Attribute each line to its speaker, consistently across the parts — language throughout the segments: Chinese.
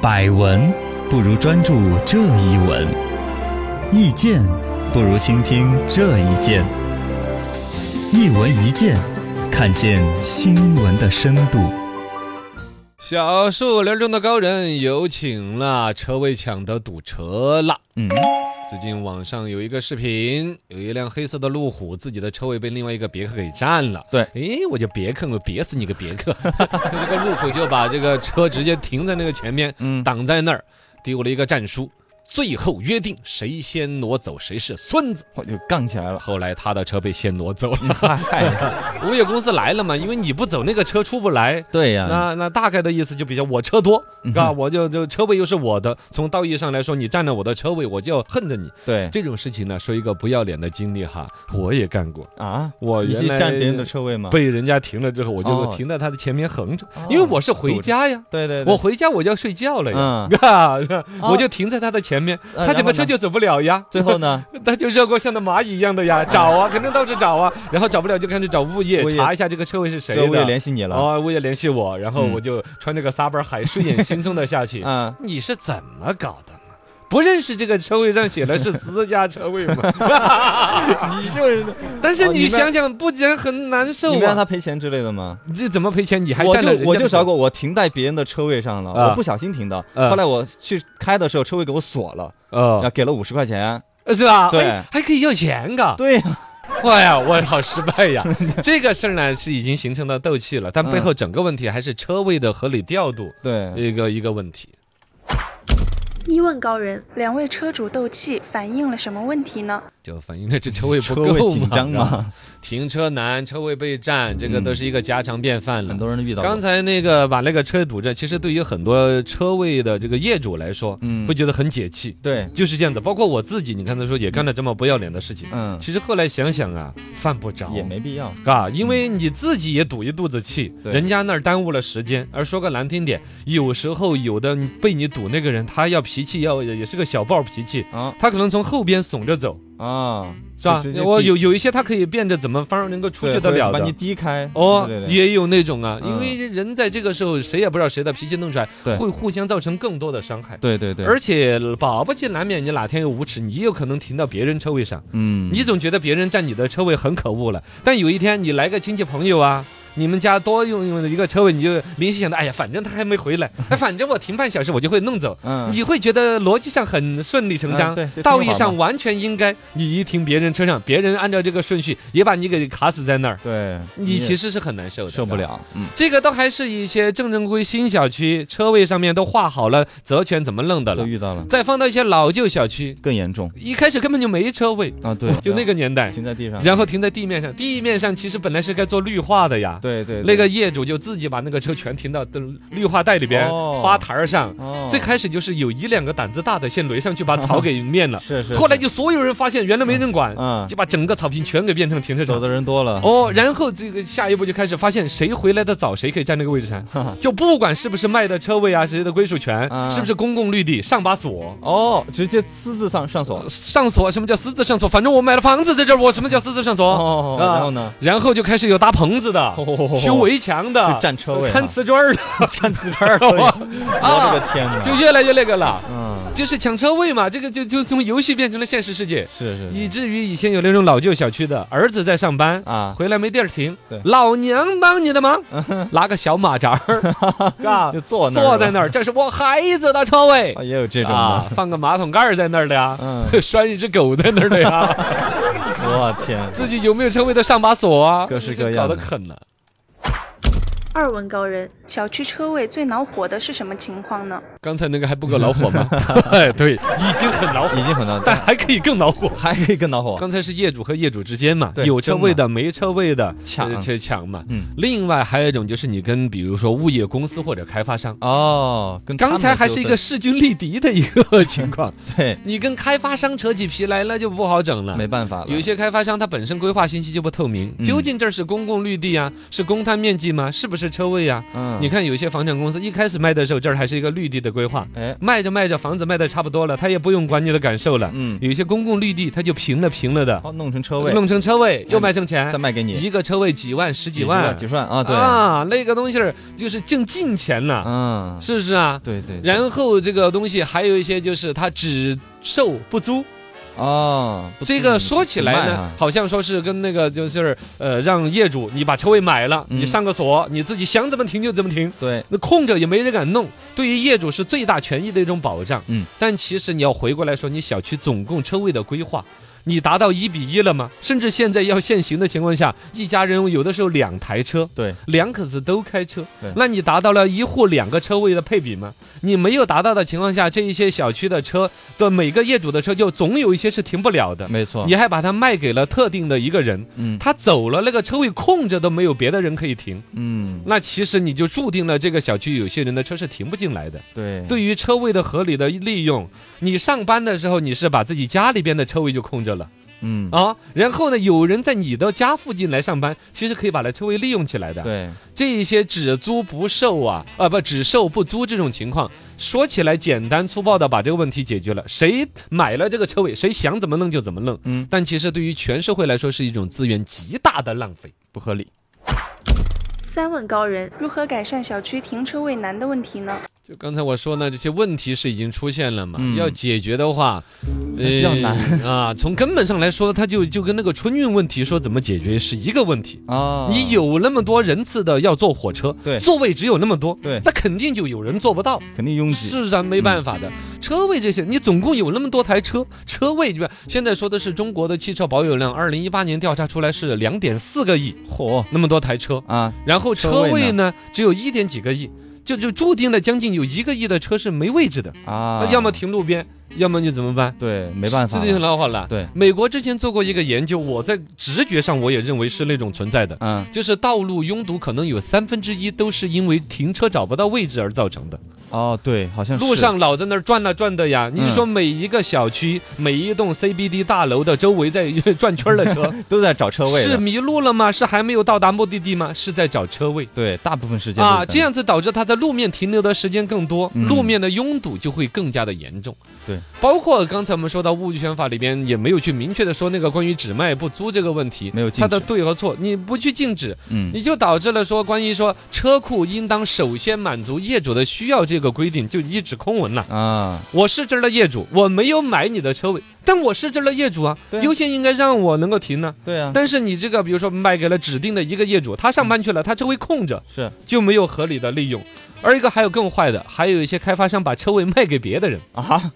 Speaker 1: 百闻不如专注这一闻，意见不如倾听这一见。一闻一见，看见新闻的深度。
Speaker 2: 小树林中的高人有请了，车位抢得堵车了。
Speaker 1: 嗯，
Speaker 2: 最近网上有一个视频，有一辆黑色的路虎，自己的车位被另外一个别克给占了。
Speaker 1: 对
Speaker 2: 哎，我就别克，我别死你个别克！ 那个路虎就把这个车直接停在那个前面，
Speaker 1: 嗯
Speaker 2: 挡在那儿，丢了一个战书。最后约定，谁先挪走谁是孙子。
Speaker 1: 我就杠起来 了。
Speaker 2: 后来他的车被先挪走了，
Speaker 1: 嗨，
Speaker 2: 物业公司来了嘛，因为你不走，那个车出不来。
Speaker 1: 对呀、
Speaker 2: 那那大概的意思就比较我车多，
Speaker 1: 嗯
Speaker 2: 啊，我就就车位又是我的，从道义上来说，你占了我的车位，我就要恨着你。
Speaker 1: 对
Speaker 2: 这种事情呢，说一个不要脸的经历哈，我也干过。
Speaker 1: 啊，
Speaker 2: 我
Speaker 1: 你
Speaker 2: 原
Speaker 1: 是
Speaker 2: 来
Speaker 1: 占别人的车位吗？
Speaker 2: 被人家停了之后，我就
Speaker 1: 哦
Speaker 2: 停在他的前面横着，
Speaker 1: 哦
Speaker 2: 因为我是回家呀，
Speaker 1: 对对对，
Speaker 2: 我回家我就要睡觉了呀。
Speaker 1: 嗯，
Speaker 2: 啊，是吧
Speaker 1: 哦
Speaker 2: 我就停在他的前面，
Speaker 1: 呃
Speaker 2: 他
Speaker 1: 然
Speaker 2: 整
Speaker 1: 后
Speaker 2: 个
Speaker 1: 呢
Speaker 2: 车就走不了呀。
Speaker 1: 最后 呢？
Speaker 2: 他就热锅像那蚂蚁一样的 呀，找啊，肯定到处找啊，然后找不了就开始找物业
Speaker 1: 物业
Speaker 2: 查一下这个车位是谁
Speaker 1: 这
Speaker 2: 的。
Speaker 1: 我也联系你了。
Speaker 2: 哦，物业联系我，然后
Speaker 1: 嗯
Speaker 2: 我就穿着个撒把海，睡眼惺忪的下去。
Speaker 1: 嗯，
Speaker 2: 你是怎么搞的呢？不认识这个车位上写的是私家车位吗？
Speaker 1: 你就是
Speaker 2: 但是
Speaker 1: 哦你们
Speaker 2: 你想想，不然很难
Speaker 1: 哦
Speaker 2: 受
Speaker 1: 你
Speaker 2: 啊。
Speaker 1: 们让他赔钱之类的吗？
Speaker 2: 你这怎么赔钱？你还
Speaker 1: 我
Speaker 2: 占了
Speaker 1: 就
Speaker 2: 人家
Speaker 1: 我就
Speaker 2: 的
Speaker 1: 找
Speaker 2: 手
Speaker 1: 过，我停在别人的车位上了，
Speaker 2: 啊
Speaker 1: 我不小心停的。
Speaker 2: 嗯
Speaker 1: 后来我去开的时候，车位给我锁了，然后
Speaker 2: 呃，
Speaker 1: 给了五十块钱。
Speaker 2: 是吧？
Speaker 1: 对
Speaker 2: 哎还可以要钱噶。
Speaker 1: 对呀，
Speaker 2: 哎呀，我好失败呀！ 这个事儿呢是已经形成了斗气了，但背
Speaker 1: 嗯
Speaker 2: 后整个问题还是车位的合理调度
Speaker 1: 对，
Speaker 2: 一个一个问题。
Speaker 3: 一问高人，两位车主斗气反映了什么问题呢？
Speaker 2: 就反映了这车位
Speaker 1: 车
Speaker 2: 不够嘛，
Speaker 1: 位紧张
Speaker 2: 是吧？
Speaker 1: 嘛，
Speaker 2: 停车难，车位被占，这个都是一个家常便饭
Speaker 1: 嗯
Speaker 2: 了
Speaker 1: 很。多人都遇到过。
Speaker 2: 刚才那个把那个车堵着，其实对于很多车位的这个业主来说，
Speaker 1: 嗯
Speaker 2: 会觉得很解气，
Speaker 1: 对，
Speaker 2: 就是这样子。包括我自己，你看他说也干了这么不要脸的事情，
Speaker 1: 嗯，
Speaker 2: 其实后来想想啊，犯不着，
Speaker 1: 也没必要。
Speaker 2: 啊，因为你自己也堵一肚子气，
Speaker 1: 对
Speaker 2: 人家那儿耽误了时间。而说个难听点，有时候有的被你堵那个人，他要脾气要也是个小暴脾气，
Speaker 1: 啊
Speaker 2: 他可能从后边耸着走，
Speaker 1: 啊，
Speaker 2: 是吧
Speaker 1: 就直？接
Speaker 2: 我
Speaker 1: 避
Speaker 2: 有有一些他可以变着怎么方能够出
Speaker 1: 对
Speaker 2: 去得
Speaker 1: 或者是
Speaker 2: 了
Speaker 1: 把你
Speaker 2: 的。
Speaker 1: 低开
Speaker 2: 哦
Speaker 1: 之类，的
Speaker 2: 也有那种啊，
Speaker 1: 嗯
Speaker 2: 因为人在这个时候，谁也不知道谁的脾气弄出来，
Speaker 1: 对
Speaker 2: 会互相造成更多的伤害。
Speaker 1: 对对对，
Speaker 2: 而且保不齐难免你哪天有无耻，你有可能停到别人车位上。
Speaker 1: 嗯，
Speaker 2: 你总觉得别人占你的车位很可恶了，但有一天你来个亲戚朋友啊，你们家多用用一个车位，你就临时想到，哎呀，反正他还没回来，哎，反正我停半小时我就会弄走，
Speaker 1: 嗯
Speaker 2: 你会觉得逻辑上很顺理成
Speaker 1: 嗯
Speaker 2: 章
Speaker 1: 对，对
Speaker 2: 道
Speaker 1: 挺
Speaker 2: 义
Speaker 1: 好
Speaker 2: 上
Speaker 1: 嘛
Speaker 2: 完全应该。你一停别人车上，别人按照这个顺序也把你给卡死在那儿，
Speaker 1: 对，
Speaker 2: 你其
Speaker 1: 也
Speaker 2: 实是很难受的，
Speaker 1: 受不
Speaker 2: 是吧。
Speaker 1: 了，嗯
Speaker 2: 这个都还是一些正正规新小区车位上面都画好了责权怎么弄的
Speaker 1: 都
Speaker 2: 了，
Speaker 1: 遇到了，
Speaker 2: 再放到一些老旧小区，
Speaker 1: 更严重
Speaker 2: 一开始根本就没车位，
Speaker 1: 啊，对，
Speaker 2: 就那
Speaker 1: 个
Speaker 2: 个年代。
Speaker 1: 停在地上，
Speaker 2: 然后停在地面上，地面上其实本来是该做绿化的呀。
Speaker 1: 对对，
Speaker 2: 那
Speaker 1: 对
Speaker 2: 个业主就自己把那个车全停到的绿化带里边、
Speaker 1: 哦
Speaker 2: 花坛儿上。
Speaker 1: 哦，
Speaker 2: 最开始就是有一两个胆子大的先围上去把草给面了，
Speaker 1: 是是，
Speaker 2: 后来
Speaker 1: 是
Speaker 2: 就所有人发现原来没人管，
Speaker 1: 嗯，
Speaker 2: 就把整个草坪全给变成停车
Speaker 1: 走
Speaker 2: 场。
Speaker 1: 的人多了，
Speaker 2: 哦，然后这个下一步就开始发现谁回来的早，谁可以占那个位置 上，就不管是不是卖的车位啊，谁的归属权，
Speaker 1: 啊
Speaker 2: 是不是公共绿地，上把锁。
Speaker 1: 哦，直接私自上上锁，
Speaker 2: 上锁什么叫私自上锁？反正我买了房子在这儿，我什么叫私自上锁？
Speaker 1: 哦，
Speaker 2: 啊
Speaker 1: 然后呢，哦
Speaker 2: 然后就开始有搭 棚子的、修围墙的
Speaker 1: 就、占车位啊，
Speaker 2: 看瓷砖儿的，
Speaker 1: 看瓷砖儿，我我的
Speaker 2: 啊，
Speaker 1: 个天哪，
Speaker 2: 就越来越那个了，
Speaker 1: 嗯，
Speaker 2: 就是抢车位嘛，这个就就从游戏变成了现实世界，
Speaker 1: 是是
Speaker 2: 以至于以前有那种老旧小区的儿子在上班。
Speaker 1: 啊，
Speaker 2: 回来没地儿停
Speaker 1: 对，
Speaker 2: 老娘帮你 的忙，拿个小马扎儿，啊，
Speaker 1: 就坐那儿
Speaker 2: 坐在
Speaker 1: 那，
Speaker 2: 那儿，这是我孩子的车位
Speaker 1: 啊也有这种
Speaker 2: 啊
Speaker 1: 的，，
Speaker 2: 放个马桶盖儿在那儿的呀，
Speaker 1: 嗯，
Speaker 2: 拴一只狗在那儿的呀，
Speaker 1: 我天，
Speaker 2: 自己有没有车位的上把锁啊，
Speaker 1: 各式各样
Speaker 2: 搞
Speaker 1: 的
Speaker 2: 得很了。
Speaker 3: 二问高人，小区车位最恼火的是什么情况呢？
Speaker 2: 刚才那个还不够恼 火吗？哎，对，已经很恼火，
Speaker 1: 已经很难，
Speaker 2: 但还可以更恼火。
Speaker 1: 还可以更恼
Speaker 4: 啊
Speaker 1: 火，
Speaker 2: 刚才是业主和业主之间嘛，
Speaker 1: 对
Speaker 2: 有车位的没车位的
Speaker 1: 抢啊
Speaker 2: 呃这抢嘛。
Speaker 1: 嗯，
Speaker 2: 另外还有一种就是你跟比如说物业公司或者开发商，
Speaker 1: 哦，跟他
Speaker 2: 刚
Speaker 1: 们
Speaker 2: 才
Speaker 1: 的
Speaker 2: 还
Speaker 1: 纠
Speaker 2: 是一
Speaker 1: 纷
Speaker 2: 个势均力敌的一个 情况，
Speaker 1: 对，
Speaker 2: 你跟开发商扯起皮来那就不好整了
Speaker 1: 没。办法了，
Speaker 2: 有些开发商他本身规划信息就不透明，
Speaker 1: 嗯
Speaker 2: 究竟这儿是公共绿地啊，是公摊面积吗？是不是车位啊？
Speaker 1: 嗯，
Speaker 2: 你看有些房产公司一开始卖的时候，这儿还是一个绿地的规
Speaker 1: 嗯
Speaker 2: 划。
Speaker 4: 哎，
Speaker 2: 卖着卖着，房子卖的差不多了，他也不用管你的感受了。
Speaker 4: 嗯，
Speaker 2: 有一些公共绿地，他就平了平了的，
Speaker 4: 好弄成车位，
Speaker 2: 弄成车位又卖挣钱
Speaker 4: 再，卖给你
Speaker 2: 一个车位几万、十几万
Speaker 4: 几十万啊，对，
Speaker 2: 啊，那个东西儿就是挣进钱了，
Speaker 4: 嗯，
Speaker 2: 是不是啊？
Speaker 4: 对对，对
Speaker 2: 然后这个东西还有一些就是它只售不租，
Speaker 4: 哦，不
Speaker 2: 这个
Speaker 4: 不
Speaker 2: 说起来
Speaker 4: 不卖
Speaker 2: 呢
Speaker 4: 啊，
Speaker 2: 好像说是跟那个就是呃，让业主你把车位买了，
Speaker 4: 嗯
Speaker 2: 你上个锁，你自己想怎么停就怎么停。
Speaker 4: 对，
Speaker 2: 那空着也没人敢弄，对于业主是最大权益的一种保障。
Speaker 4: 嗯，
Speaker 2: 但其实你要回过来说，你小区总共车位的规划，你达到一比一了吗？甚至现在要限行的情况下，一家人有的时候两台车，
Speaker 4: 对，
Speaker 2: 两口子都开车
Speaker 4: 对，
Speaker 2: 那你达到了一户两个车位的配比吗？你没有达到的情况下，这一些小区的车的每个业主的车就总有一些是停不了的，
Speaker 4: 没错，
Speaker 2: 你还把它卖给了特定的一个人，
Speaker 4: 嗯
Speaker 2: 他走了，那个车位空着都没有别的人可以停，
Speaker 4: 嗯，
Speaker 2: 那其实你就注定了这个小区有些人的车是停不进来的。
Speaker 4: 对
Speaker 2: 对于车位的合理的利用，你上班的时候你是把自己家里边的车位就空着了
Speaker 4: 嗯
Speaker 2: 啊，然后呢，有人在你的家附近来上班，其实可以把那车位利用起来的。
Speaker 4: 对，
Speaker 2: 这一些只租不售啊，啊不只售不租这种情况，说起来简单粗暴的把这个问题解决了，谁买了这个车位，谁想怎么弄就怎么弄。
Speaker 4: 嗯，
Speaker 2: 但其实对于全社会来说是一种资源极大的浪费。
Speaker 4: 不合理，
Speaker 3: 三问高人如何改善小区停车位难的问题呢？
Speaker 2: 就刚才我说呢，这些问题是已经出现了嘛，
Speaker 4: 嗯
Speaker 2: 要解决的话，
Speaker 4: 比较难
Speaker 2: 啊。从根本上来说，它就就跟那个春运问题说怎么解决是一个问题。
Speaker 4: 啊，
Speaker 2: 你有那么多人次的要坐火车，
Speaker 4: 对
Speaker 2: 座位只有那么多，
Speaker 4: 对
Speaker 2: 那肯定就有人坐不到。
Speaker 4: 肯定拥挤，
Speaker 2: 是不是啊？没办法
Speaker 4: 嗯
Speaker 2: 的，车位这些，你总共有那么多台车，车位对吧？现在说的是中国的汽车保有量，二零一八年调查出来是两点四个亿，
Speaker 4: 嚯
Speaker 2: 那么多台车，
Speaker 4: 啊，
Speaker 2: 然后
Speaker 4: 车
Speaker 2: 车
Speaker 4: 位呢
Speaker 2: 位呢只有一点几个亿，就就注定了将近有一个亿的车是没位置的，
Speaker 4: 啊
Speaker 2: 那，要么停路边，要么你怎么办？
Speaker 4: 对，没办法
Speaker 2: 这
Speaker 4: 了，
Speaker 2: 就老好了。
Speaker 4: 对，
Speaker 2: 美国之前做过一个研究，我在直觉上我也认为是那种存在的。
Speaker 4: 嗯
Speaker 2: 就是道路拥堵，可能有三分之一都是因为停车找不到位置而造成的。
Speaker 4: 哦，对，好像是
Speaker 2: 路上老在那儿转了转的呀。你
Speaker 4: 嗯
Speaker 2: 是说每一个小区、每一栋 CBD 大楼的周围在转圈儿的车，
Speaker 4: 都在找车位的，
Speaker 2: 是迷路了吗？是还没有到达目的地吗？是在找车位。
Speaker 4: 对，大部分时间都
Speaker 2: 啊，
Speaker 4: 在
Speaker 2: 这样子导致它在路面停留的时间更多，
Speaker 4: 嗯
Speaker 2: 路面的拥堵就会更加的严重。
Speaker 4: 对，
Speaker 2: 包括刚才我们说到物权法里边也没有去明确的说那个关于只卖不租这个问题，
Speaker 4: 没有禁止
Speaker 2: 它的对和错，你不去禁止，
Speaker 4: 嗯
Speaker 2: 你就导致了说关于说车库应当首先满足业主的需要这个规定就一纸空文了。
Speaker 4: 啊，
Speaker 2: 我是这儿的业主，我没有买你的车位，但我是这儿的业主啊，
Speaker 4: 对啊
Speaker 2: 优先应该让我能够停呢、
Speaker 4: 对啊，
Speaker 2: 但是你这个，比如说卖给了指定的一个业主，他上班去了，他车位空着，
Speaker 4: 是
Speaker 2: 就没有合理的利用。而一个还有更坏的，还有一些开发商把车位卖给别的人，
Speaker 4: 啊，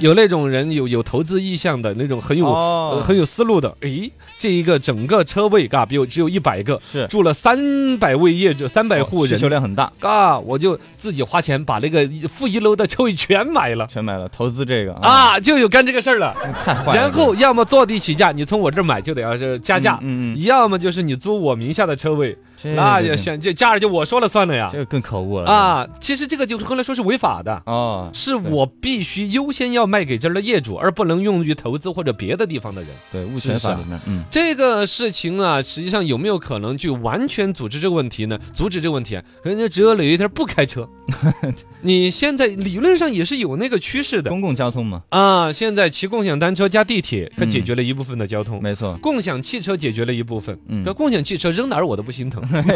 Speaker 2: 有那种人有有投资意向的那种很有、呃
Speaker 4: 哦，
Speaker 2: 很有思路的，诶，这一个整个车位嘎，比如只有一百个，
Speaker 4: 是哦
Speaker 2: 住了三百位业主，三百户
Speaker 4: 需
Speaker 2: 人
Speaker 4: 求。量很大，
Speaker 2: 啊！我就自己花钱把那个负一楼的车位全买了
Speaker 4: 全买了，投资这个，
Speaker 2: 啊，就有干这个事儿了。
Speaker 4: 太哦坏了，
Speaker 2: 然后要么坐地起价，你从我这儿买就得要是加价，
Speaker 4: 嗯嗯，
Speaker 2: 要么就是你租我名下的车位，
Speaker 4: 这
Speaker 2: 那
Speaker 4: 个
Speaker 2: 也
Speaker 4: 就，
Speaker 2: 想这价儿就我说了算了呀
Speaker 4: 这。个更可恶了，
Speaker 2: 啊，其实这个就是后来说是违法的。
Speaker 4: 哦，
Speaker 2: 是我必须优先要卖给这儿的业主，而不能用于投资或者别的地方的人。
Speaker 4: 对，物权法里
Speaker 2: 啊
Speaker 4: 面，嗯，
Speaker 2: 这个事情啊，实际上有没有可能去完全阻止这个问题呢？阻止这个问题啊，可能就只有哪一天不开 车。你现在理论上也是有那个趋势的
Speaker 4: 公共交通嘛，
Speaker 2: 啊。现在骑共享单车加地铁，可
Speaker 4: 嗯
Speaker 2: 解决了一部分的交通。
Speaker 4: 没错，
Speaker 2: 共享汽车解决了一部分，
Speaker 4: 嗯
Speaker 2: 可，共享汽车扔哪儿我都不心疼，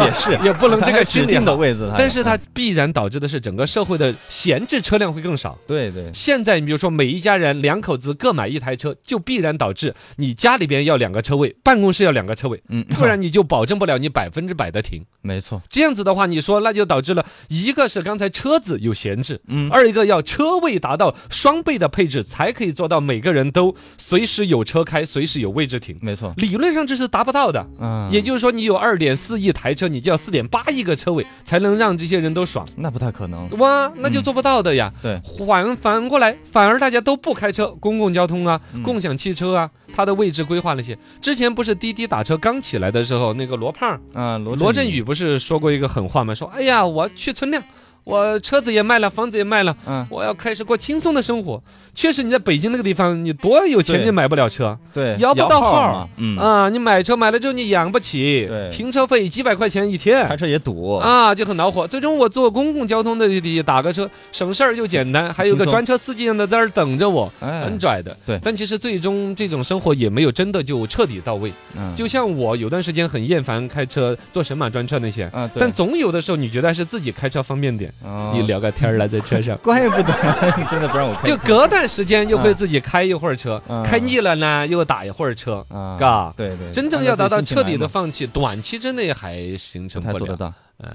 Speaker 4: 也是，
Speaker 2: 也不能 这个
Speaker 4: 指
Speaker 2: 心里
Speaker 4: 定的
Speaker 2: 好。
Speaker 4: 位置，
Speaker 2: 但是它必然导致的是整个社会的闲置车辆会更少。
Speaker 4: 对对，
Speaker 2: 现在你比如说每一家人两口子各买一台车，就必然导致你家里边要两个车位，办公室要两个车位，
Speaker 4: 嗯，
Speaker 2: 不然你就保证不了你百分之百的停。
Speaker 4: 没错，
Speaker 2: 这样子的话，你说那就导致了一个是刚才车子有闲置，
Speaker 4: 嗯，
Speaker 2: 二一个要车位达到双倍的配置，才可以做到每个人都随时有车开，随时有位置停。
Speaker 4: 没错，
Speaker 2: 理论上这是达不到的，
Speaker 4: 嗯，
Speaker 2: 也就是说你有二点四亿台车，你就要四点八亿个车位，才能让这些人都爽。
Speaker 4: 那不太可能，
Speaker 2: 哇，那
Speaker 4: 嗯
Speaker 2: 就做不到的呀。
Speaker 4: 对，
Speaker 2: 反反过来，反而大家都不开车，公共交通啊，
Speaker 4: 嗯
Speaker 2: 共享汽车啊，它的位置规划那些。之前不是滴滴打车刚起来的时候，那个罗胖、
Speaker 4: 啊，罗
Speaker 2: 罗振
Speaker 4: 宇，
Speaker 2: 宇不是说过一个狠话吗？说哎呀，我去存量。我车子也卖了，房子也卖了，
Speaker 4: 嗯，
Speaker 2: 我要开始过轻松的生活。确实，你在北京那个地方，你多有钱
Speaker 4: 对
Speaker 2: 你也买不了车
Speaker 4: 对，
Speaker 2: 摇不到号
Speaker 4: 嘛，嗯，
Speaker 2: 啊！你买车买了之后你养不起
Speaker 4: 对，
Speaker 2: 停车费几百块钱一天
Speaker 4: 开。车也堵，
Speaker 2: 啊，就很恼火。最终我坐公共交通的地打个车，省事儿又简单，还有
Speaker 4: 轻
Speaker 2: 个
Speaker 4: 松
Speaker 2: 专车司机呢在那儿等着我，
Speaker 4: 哎
Speaker 2: 很，拽的。
Speaker 4: 对
Speaker 2: 但其实最终这种生活也没有真的就彻底到位。
Speaker 4: 嗯
Speaker 2: 就像我有段时间很厌烦开车坐神马专车那些，
Speaker 4: 啊，对
Speaker 2: 但总有的时候你觉得还是自己开车方便点，
Speaker 4: 哦。
Speaker 2: 你聊个天儿来在车上
Speaker 4: 怪不得你现在不让我开
Speaker 2: 就
Speaker 4: 车
Speaker 2: 隔段时间又会
Speaker 4: 啊
Speaker 2: 自己开一会儿车，
Speaker 4: 啊
Speaker 2: 开腻了呢又打一会儿车，
Speaker 4: 啊，
Speaker 2: 嘎
Speaker 4: 对对，
Speaker 2: 真正要达到彻底的
Speaker 4: 放，
Speaker 2: 放弃，短期之内还形成
Speaker 4: 他
Speaker 2: 不
Speaker 4: 做得
Speaker 2: 了。
Speaker 4: 到，
Speaker 2: 呃，